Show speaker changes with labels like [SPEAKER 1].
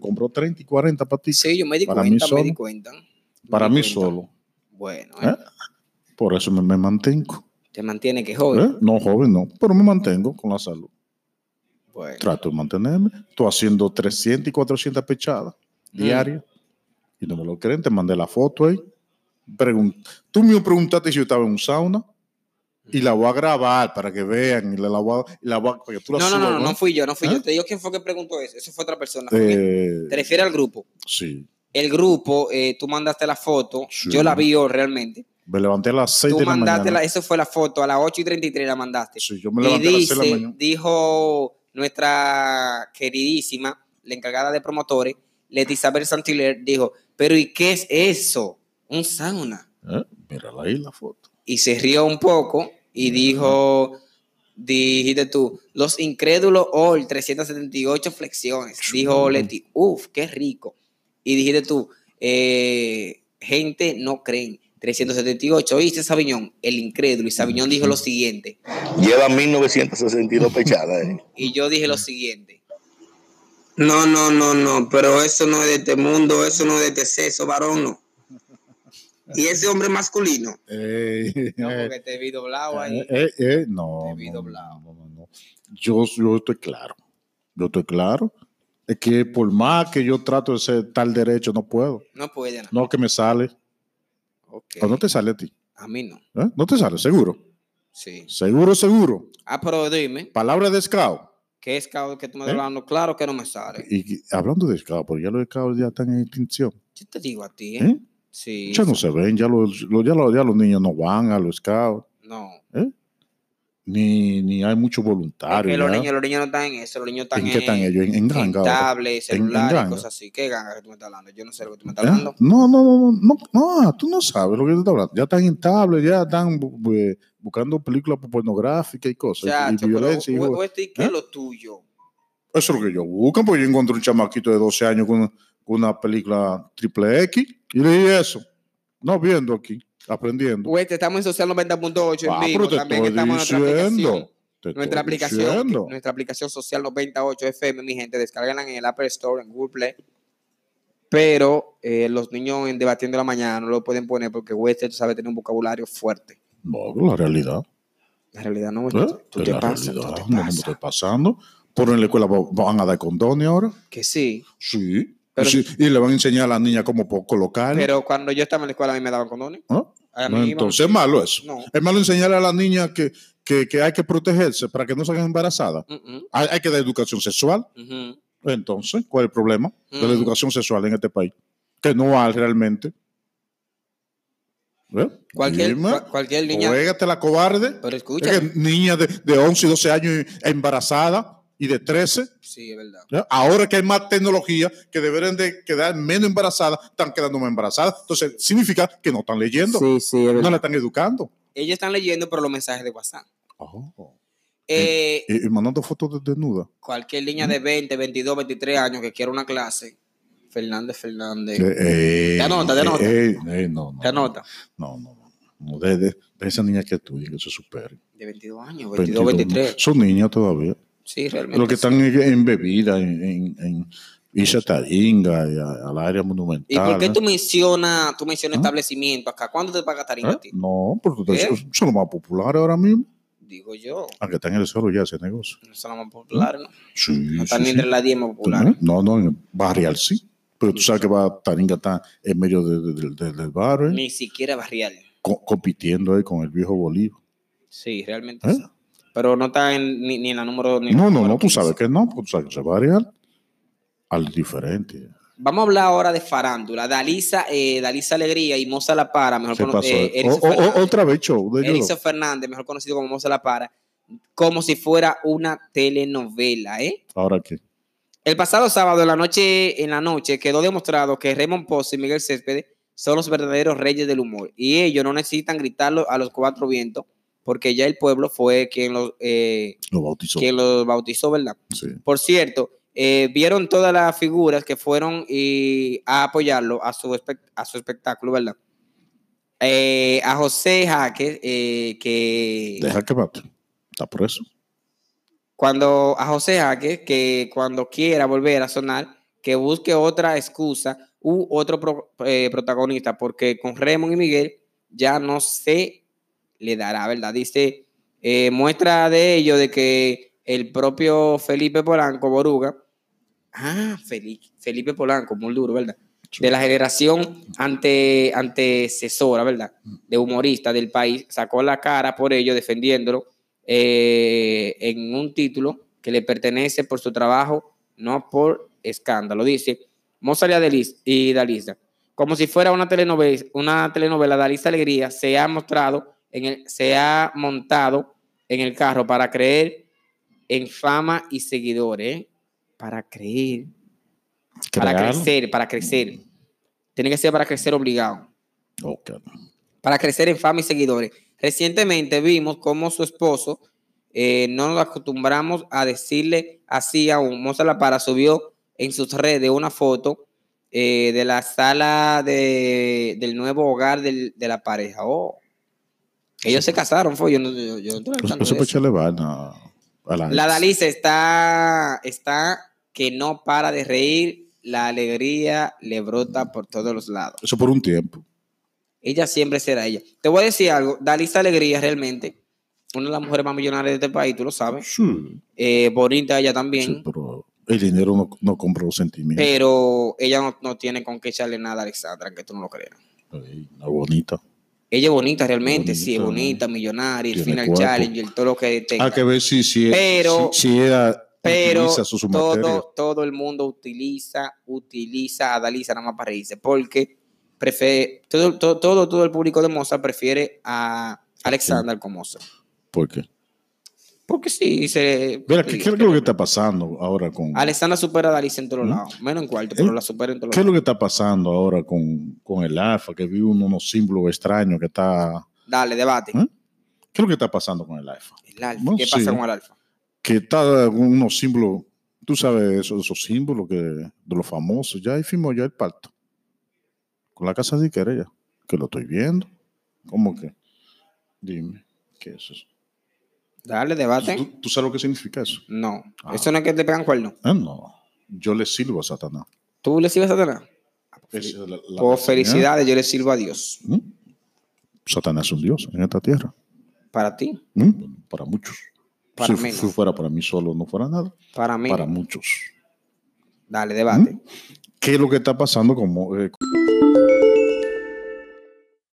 [SPEAKER 1] compró 30 y 40 para ti.
[SPEAKER 2] Sí, yo me di
[SPEAKER 1] Para mí
[SPEAKER 2] cuenta, me
[SPEAKER 1] solo.
[SPEAKER 2] di cuenta. Me
[SPEAKER 1] para
[SPEAKER 2] di
[SPEAKER 1] mí
[SPEAKER 2] cuenta.
[SPEAKER 1] solo.
[SPEAKER 2] Bueno,
[SPEAKER 1] ¿Eh? Por eso me, me mantengo.
[SPEAKER 2] te mantiene que
[SPEAKER 1] ¿eh?
[SPEAKER 2] joven.
[SPEAKER 1] No, joven, no. Pero me mantengo con la salud.
[SPEAKER 2] Bueno.
[SPEAKER 1] Trato de mantenerme. Estoy haciendo 300 y 400 pechadas
[SPEAKER 2] Mm.
[SPEAKER 1] diarias. Y no me lo creen. Te mandé la foto ahí. Pregun- Tú me preguntaste si yo estaba en un sauna. Y la voy a grabar para que vean. Y la, la voy a, y la voy a- para que tú la
[SPEAKER 2] No, no,
[SPEAKER 1] subas,
[SPEAKER 2] no, no,
[SPEAKER 1] ¿no?
[SPEAKER 2] no fui yo, no fui
[SPEAKER 1] ¿Eh?
[SPEAKER 2] yo. Te digo quién fue que preguntó eso. Eso fue otra persona.
[SPEAKER 1] Eh,
[SPEAKER 2] Te refieres al grupo.
[SPEAKER 1] sí.
[SPEAKER 2] El grupo, eh, tú mandaste la foto.
[SPEAKER 1] Sí.
[SPEAKER 2] Yo la vi yo realmente.
[SPEAKER 1] Me levanté a las 6
[SPEAKER 2] Tú
[SPEAKER 1] de la mañana.
[SPEAKER 2] mandaste, la, eso fue la foto, a las 8 y 33 la mandaste.
[SPEAKER 1] Sí, yo me
[SPEAKER 2] y
[SPEAKER 1] levanté a las 6 de la
[SPEAKER 2] dice,
[SPEAKER 1] mañana.
[SPEAKER 2] dijo nuestra queridísima, la encargada de promotores, Leti Isabel Santiler, dijo, pero ¿y qué es eso? Un sauna.
[SPEAKER 1] ¿Eh? Mírala ahí la foto.
[SPEAKER 2] y se rió un poco y dijo, dijiste tú, los incrédulos all 378 flexiones. Dijo
[SPEAKER 1] Chulo.
[SPEAKER 2] Leti, uff, qué rico. Y dijiste tú, eh, gente no creen. 378, oíste Sabiñón, el incrédulo. Y Sabiñón dijo lo siguiente.
[SPEAKER 3] Lleva 1962 pechadas. eh.
[SPEAKER 2] Y yo dije lo siguiente.
[SPEAKER 4] No, no, no, no, pero eso no es de este mundo, eso no es de este sexo, varón no. Y ese hombre masculino,
[SPEAKER 1] Ey,
[SPEAKER 2] No,
[SPEAKER 1] eh,
[SPEAKER 2] porque te vi doblado ahí.
[SPEAKER 1] eh, eh, eh, no,
[SPEAKER 2] Te vi
[SPEAKER 1] no,
[SPEAKER 2] doblado.
[SPEAKER 1] no, no, no. Yo, yo estoy claro. Yo estoy claro. Es que por más que yo trato de ser tal derecho, no puedo.
[SPEAKER 2] No pueden.
[SPEAKER 1] eh. No, que me sale.
[SPEAKER 2] Ok.
[SPEAKER 1] O no te sale a ti.
[SPEAKER 2] A mí no.
[SPEAKER 1] ¿eh? No te sale, seguro.
[SPEAKER 2] Sí.
[SPEAKER 1] Seguro, seguro.
[SPEAKER 2] Ah, pero dime,
[SPEAKER 1] Palabra de Scao.
[SPEAKER 2] ¿qué es cabrón, que tú me
[SPEAKER 1] ¿Eh?
[SPEAKER 2] estás hablando? Claro que no me sale.
[SPEAKER 1] Y, y hablando de Scao, porque ya los Scao ya están en extinción.
[SPEAKER 2] Yo te digo a ti, ¿eh?
[SPEAKER 1] ¿eh?
[SPEAKER 2] Sí.
[SPEAKER 1] Ya no se ven, ya los, los- ya los- ya los niños no van a los Scouts,
[SPEAKER 2] No.
[SPEAKER 1] ni, ni hay mucho voluntario.
[SPEAKER 2] Porque los
[SPEAKER 1] ya.
[SPEAKER 2] niños, los niños no están en eso, los niños están
[SPEAKER 1] ¿En qué están ellos? ¿En, en
[SPEAKER 2] en
[SPEAKER 1] ganga ahora?
[SPEAKER 2] tablets, celular
[SPEAKER 1] ganga.
[SPEAKER 2] y cosas así. ¿Qué ganga que tú me estás hablando? Yo no sé lo que tú me estás
[SPEAKER 1] ¿Eh?
[SPEAKER 2] hablando.
[SPEAKER 1] No, no, no, no, no, no, tú no sabes lo que yo te estoy hablando. Ya están en tablet, ya están bu- bu- eh, buscando películas pornográficas y cosas. y-
[SPEAKER 2] Chacho,
[SPEAKER 1] y
[SPEAKER 2] pero
[SPEAKER 1] violencia. y
[SPEAKER 2] o-
[SPEAKER 1] go-
[SPEAKER 2] o este, ¿qué
[SPEAKER 1] ¿Eh?
[SPEAKER 2] es lo tuyo?
[SPEAKER 1] Eso es lo que yo busco, porque yo encontré un chamaquito de 12 años con, con una película triple X y le dije eso. No viendo aquí, aprendiendo.
[SPEAKER 2] Oeste, este, estamos en Social 90.8
[SPEAKER 1] Ah,
[SPEAKER 2] en vivo.
[SPEAKER 1] pero te
[SPEAKER 2] También
[SPEAKER 1] estoy
[SPEAKER 2] estamos en nuestra aplicación.
[SPEAKER 1] diciendo, te estoy
[SPEAKER 2] Nuestra aplicación,
[SPEAKER 1] diciendo.
[SPEAKER 2] nuestra aplicación Social 98 FM, mi gente, descárganla en el Apple Store, en Google Play. Pero eh, los niños en Debatiendo la Mañana no lo pueden poner porque Wester, tú sabes, tiene un vocabulario fuerte.
[SPEAKER 1] No, la realidad.
[SPEAKER 2] La realidad no,
[SPEAKER 1] ¿eh?
[SPEAKER 2] Wester, tú
[SPEAKER 1] Es
[SPEAKER 2] te
[SPEAKER 1] la
[SPEAKER 2] pasas, tú
[SPEAKER 1] realidad,
[SPEAKER 2] te
[SPEAKER 1] no, no me
[SPEAKER 2] pasas.
[SPEAKER 1] estoy pasando. Pero en la escuela va- van a dar condones ahora.
[SPEAKER 2] Que sí.
[SPEAKER 1] Sí.
[SPEAKER 2] Pero-
[SPEAKER 1] Sí, y le van a enseñar a las niñas cómo po- colocar.
[SPEAKER 2] Pero cuando yo estaba en la escuela a mí me daban condones.
[SPEAKER 1] ¿no?
[SPEAKER 2] A
[SPEAKER 1] No,
[SPEAKER 2] mí me-
[SPEAKER 1] entonces es malo eso.
[SPEAKER 2] No.
[SPEAKER 1] Es malo enseñarle a las niñas que, que, que hay que protegerse para que no salgan embarazadas.
[SPEAKER 2] Mm,
[SPEAKER 1] Hay, hay que dar educación sexual.
[SPEAKER 2] mm, ujú.
[SPEAKER 1] Entonces, ¿cuál es el problema de
[SPEAKER 2] Mm.
[SPEAKER 1] la educación sexual en este país? Que no hay realmente. ¿Eh?
[SPEAKER 2] Cualquier,
[SPEAKER 1] Dime,
[SPEAKER 2] cua- cualquier niña.
[SPEAKER 1] juégate la cobarde.
[SPEAKER 2] Pero escucha.
[SPEAKER 1] Pues, Es que niña de, de 11 y 12 años embarazada y de 13.
[SPEAKER 2] Sí, es verdad.
[SPEAKER 1] ¿Ya? Ahora que hay más tecnología que deberían de quedar menos embarazadas, están quedando más embarazadas. Entonces, significa que no están leyendo,
[SPEAKER 2] sí, es
[SPEAKER 1] no la están educando.
[SPEAKER 2] Ellos están leyendo por los mensajes de WhatsApp. Oh. Eh,
[SPEAKER 1] Y, y mandando fotos de desnuda.
[SPEAKER 2] Cualquier niña de 20, 22, 23 años que quiera una clase. Fernández Fernández.
[SPEAKER 1] Eh, eh,
[SPEAKER 2] Te anota, te
[SPEAKER 1] eh,
[SPEAKER 2] anota.
[SPEAKER 1] eh, eh, no, no,
[SPEAKER 2] ¿Te anota?
[SPEAKER 1] No, no, no. No, de, de- de esa niña que estudia, que se supere.
[SPEAKER 2] De 22 años, 22,
[SPEAKER 1] 22,
[SPEAKER 2] 23.
[SPEAKER 1] ¿no? Son niñas todavía.
[SPEAKER 2] Sí, realmente.
[SPEAKER 1] Los que
[SPEAKER 2] sí.
[SPEAKER 1] están en, en bebida, en, en, en irse a Taringa, y a- al área monumental.
[SPEAKER 2] ¿Y por qué
[SPEAKER 1] ¿eh?
[SPEAKER 2] tú mencionas tú mencionas
[SPEAKER 1] ¿Ah?
[SPEAKER 2] establecimiento acá? ¿Cuándo te paga Taringa
[SPEAKER 1] ¿Eh?
[SPEAKER 2] a ti?
[SPEAKER 1] No, porque
[SPEAKER 2] ¿Eh?
[SPEAKER 1] son- son los más populares ahora mismo.
[SPEAKER 2] Digo yo.
[SPEAKER 1] Aunque están en el suelo ya ese negocio.
[SPEAKER 2] No son los más populares, ¿no?
[SPEAKER 1] Sí,
[SPEAKER 2] No
[SPEAKER 1] sí,
[SPEAKER 2] están ni
[SPEAKER 1] sí. Ah,
[SPEAKER 2] entre las 10 más populares.
[SPEAKER 1] No, no, en barrial sí. Pero tú sabes que va Taringa está en medio de- de- de- de- del barrio,
[SPEAKER 2] Ni siquiera barrial.
[SPEAKER 1] co- compitiendo ahí con el viejo Bolívar.
[SPEAKER 2] Sí, realmente
[SPEAKER 1] ¿Eh?
[SPEAKER 2] sí. Pero no está en, ni, ni en la número. Ni en la
[SPEAKER 1] No, no,
[SPEAKER 2] número
[SPEAKER 1] no, tú
[SPEAKER 2] 15.
[SPEAKER 1] sabes que no, pues, porque tú sabes que ese barrial al diferente.
[SPEAKER 2] Vamos a hablar ahora de farándula. Dalisa, eh, Dalisa Alegría y Moza La Para, mejor eh,
[SPEAKER 1] Se pasó. eh. Oh,
[SPEAKER 2] conocido.
[SPEAKER 1] O- o- o- otra vez show de ellos. dos.
[SPEAKER 2] Fernández, mejor conocido como Moza La Para, como si fuera una telenovela, ¿eh?
[SPEAKER 1] Ahora qué.
[SPEAKER 2] El pasado sábado en la noche, en la noche quedó demostrado que Raymond Pozo y Miguel Céspedes son los verdaderos reyes del humor y ellos no necesitan gritarlo a los cuatro vientos porque ya el pueblo fue quien los, eh,
[SPEAKER 1] Lo bautizó.
[SPEAKER 2] quien los bautizó, ¿verdad?
[SPEAKER 1] Sí.
[SPEAKER 2] Por cierto, eh, vieron todas las figuras que fueron y- a apoyarlo a su, espe- a su espectáculo, ¿verdad? Eh, a José Jaques, eh, que
[SPEAKER 1] Deja que mate. Está preso.
[SPEAKER 2] cuando a José Jaques, que cuando quiera volver a sonar, que busque otra excusa u otro pro- eh, protagonista, porque con Raymond y Miguel ya no se le dará, ¿verdad? Dice, eh, muestra de ello de que el propio Felipe Polanco, Boruga, ah, Felipe, Felipe Polanco, muy duro, ¿verdad? De la generación ante, antecesora, ¿verdad? De humorista del país, sacó la cara por ello, defendiéndolo eh, en un título que le pertenece por su trabajo, no por escándalo. Dice Mozart y Adelis- y Dalisa. Como si fuera una telenovela, una telenovela Dalisa Alegría se ha mostrado, en el, se ha montado en el carro para creer en fama y seguidores. ¿eh? Para creer, para
[SPEAKER 1] Crear.
[SPEAKER 2] crecer, para crecer. Tiene que ser para crecer obligado
[SPEAKER 1] Ok.
[SPEAKER 2] Pues,
[SPEAKER 1] Pues,
[SPEAKER 2] para crecer en fama y seguidores. Recientemente vimos cómo su esposo, eh, no nos acostumbramos a decirle así aún, Moza La Para subió en sus redes una foto eh, de la sala de- del nuevo hogar del- de la pareja. Oh. Ellos se casaron, fue. Yo no, yo- yo no estoy
[SPEAKER 1] Pues,
[SPEAKER 2] hablando
[SPEAKER 1] pues,
[SPEAKER 2] de
[SPEAKER 1] pues,
[SPEAKER 2] eso.
[SPEAKER 1] échale vaina a la,
[SPEAKER 2] La
[SPEAKER 1] ex.
[SPEAKER 2] Dalisa está, está que no para de reír. La alegría le brota por todos los lados.
[SPEAKER 1] Eso por un tiempo.
[SPEAKER 2] Ella siempre será ella. Te voy a decir algo, Dalisa Alegría realmente, una de las mujeres más millonarias de este país, tú lo sabes.
[SPEAKER 1] Sí.
[SPEAKER 2] Eh, bonita ella
[SPEAKER 1] Sí,
[SPEAKER 2] también,
[SPEAKER 1] pero el dinero no, no compra los sentimientos.
[SPEAKER 2] pero ella no, no tiene con qué echarle nada a Alexandra, que tú no lo creas.
[SPEAKER 1] Ey, una bonita.
[SPEAKER 2] Ella es bonita realmente, sí, es
[SPEAKER 1] Bonita.
[SPEAKER 2] bonita, millonaria, el
[SPEAKER 1] Tiene
[SPEAKER 2] final
[SPEAKER 1] cuerpo.
[SPEAKER 2] challenge, el todo lo que tenga.
[SPEAKER 1] Hay que ver si, si,
[SPEAKER 2] Pero-
[SPEAKER 1] si, si ella
[SPEAKER 2] pero
[SPEAKER 1] utiliza su, su materia.
[SPEAKER 2] todo, todo el mundo utiliza, utiliza a Dalisa nada más para reírse, porque prefiere, todo, todo, todo, todo el público de Mozart prefiere a Alexandra con Mozart.
[SPEAKER 1] ¿Por qué?
[SPEAKER 2] Porque sí, se...
[SPEAKER 1] Mira, ¿qué, qué es lo que está pasando ahora con...
[SPEAKER 2] Alessandra supera a Dalisa en todos
[SPEAKER 1] ¿Mm?
[SPEAKER 2] lados, menos en cuarto,
[SPEAKER 1] ¿Eh?
[SPEAKER 2] pero la supera en todos
[SPEAKER 1] ¿Qué es
[SPEAKER 2] lados.
[SPEAKER 1] lo que está pasando ahora con, con el AFA? Que vi uno- unos símbolos extraños que está...
[SPEAKER 2] Dale, debate.
[SPEAKER 1] ¿Eh? ¿Qué es lo que está pasando con el AFA?
[SPEAKER 2] El alfa,
[SPEAKER 1] Bueno,
[SPEAKER 2] ¿qué
[SPEAKER 1] sí.
[SPEAKER 2] pasa con el alfa?
[SPEAKER 1] Que está con unos símbolos... Tú sabes esos, esos símbolos que, de los famosos. Ya ahí firmó ya el pacto. Con la casa de querella. Que lo estoy viendo. ¿Cómo que? Dime. ¿Qué es eso?
[SPEAKER 2] Dale, debate.
[SPEAKER 1] ¿Tú, tú sabes lo que significa eso?
[SPEAKER 2] No,
[SPEAKER 1] Ah.
[SPEAKER 2] eso no es que te pegan cuerno.
[SPEAKER 1] Ah, no. Yo le sirvo a Satanás.
[SPEAKER 2] ¿Tú le sirves a Satanás?
[SPEAKER 1] Esa es la- la ¿eh?
[SPEAKER 2] Por
[SPEAKER 1] señal.
[SPEAKER 2] felicidades, yo le sirvo a Dios.
[SPEAKER 1] ¿Mm? Satanás es un dios en esta tierra.
[SPEAKER 2] Para ti,
[SPEAKER 1] ¿Mm? Para muchos.
[SPEAKER 2] Para
[SPEAKER 1] si,
[SPEAKER 2] menos.
[SPEAKER 1] si fuera para mí solo, no fuera nada.
[SPEAKER 2] para mí.
[SPEAKER 1] Para muchos.
[SPEAKER 2] Dale, debate.
[SPEAKER 1] ¿Mm? ¿Qué es lo que está pasando como, eh,